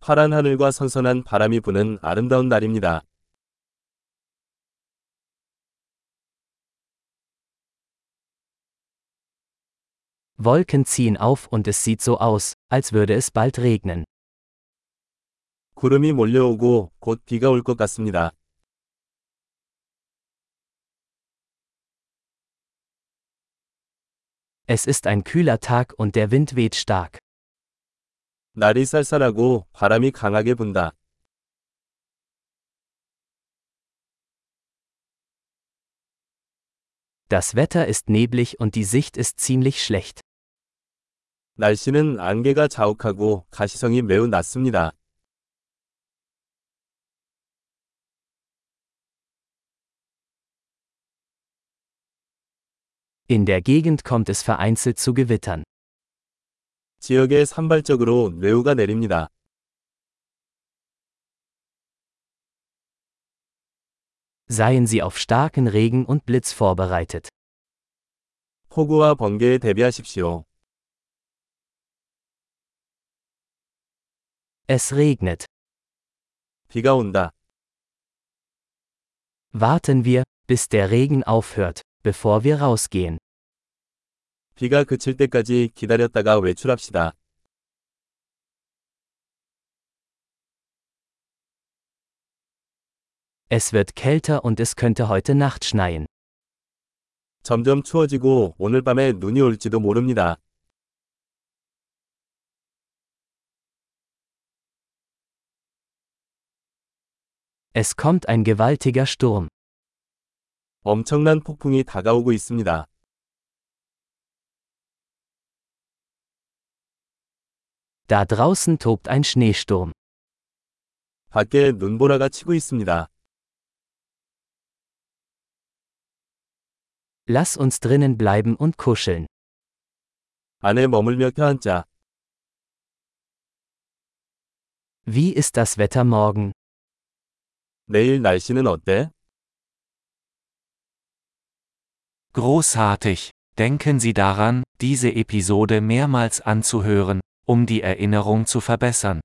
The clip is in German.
파란 하늘과 선선한 바람이 부는 아름다운 날입니다. Wolken ziehen auf und es sieht so aus, als würde es bald regnen. 구름이 몰려오고 곧 비가 올 것 같습니다. Es ist ein kühler Tag und der Wind weht stark. 날이 쌀쌀하고 바람이 강하게 분다. Das Wetter ist neblig und die Sicht ist ziemlich schlecht. 날씨는 안개가 자욱하고 가시성이 매우 낮습니다. In der Gegend kommt es vereinzelt zu Gewittern. 지역에 산발적으로 뇌우가 내립니다. Seien Sie auf starken Regen und Blitz vorbereitet. 폭우와 번개에 대비하십시오. Es regnet. 비가 온다. Warten wir, bis der Regen aufhört, bevor wir rausgehen. 비가 그칠 때까지 기다렸다가 외출합시다. Es wird kälter und es könnte heute Nacht schneien. 점점 추워지고 오늘 밤에 눈이 올지도 모릅니다. Es kommt ein gewaltiger Sturm. 엄청난 폭풍이 다가오고 있습니다. Da draußen tobt ein Schneesturm. 밖에 눈보라가 치고 있습니다. Lass uns drinnen bleiben und kuscheln. 안에 머물며 껴앉자. Wie ist das Wetter morgen? 내일 날씨는 어때? Großartig! Denken Sie daran, diese Episode mehrmals anzuhören, um die Erinnerung zu verbessern.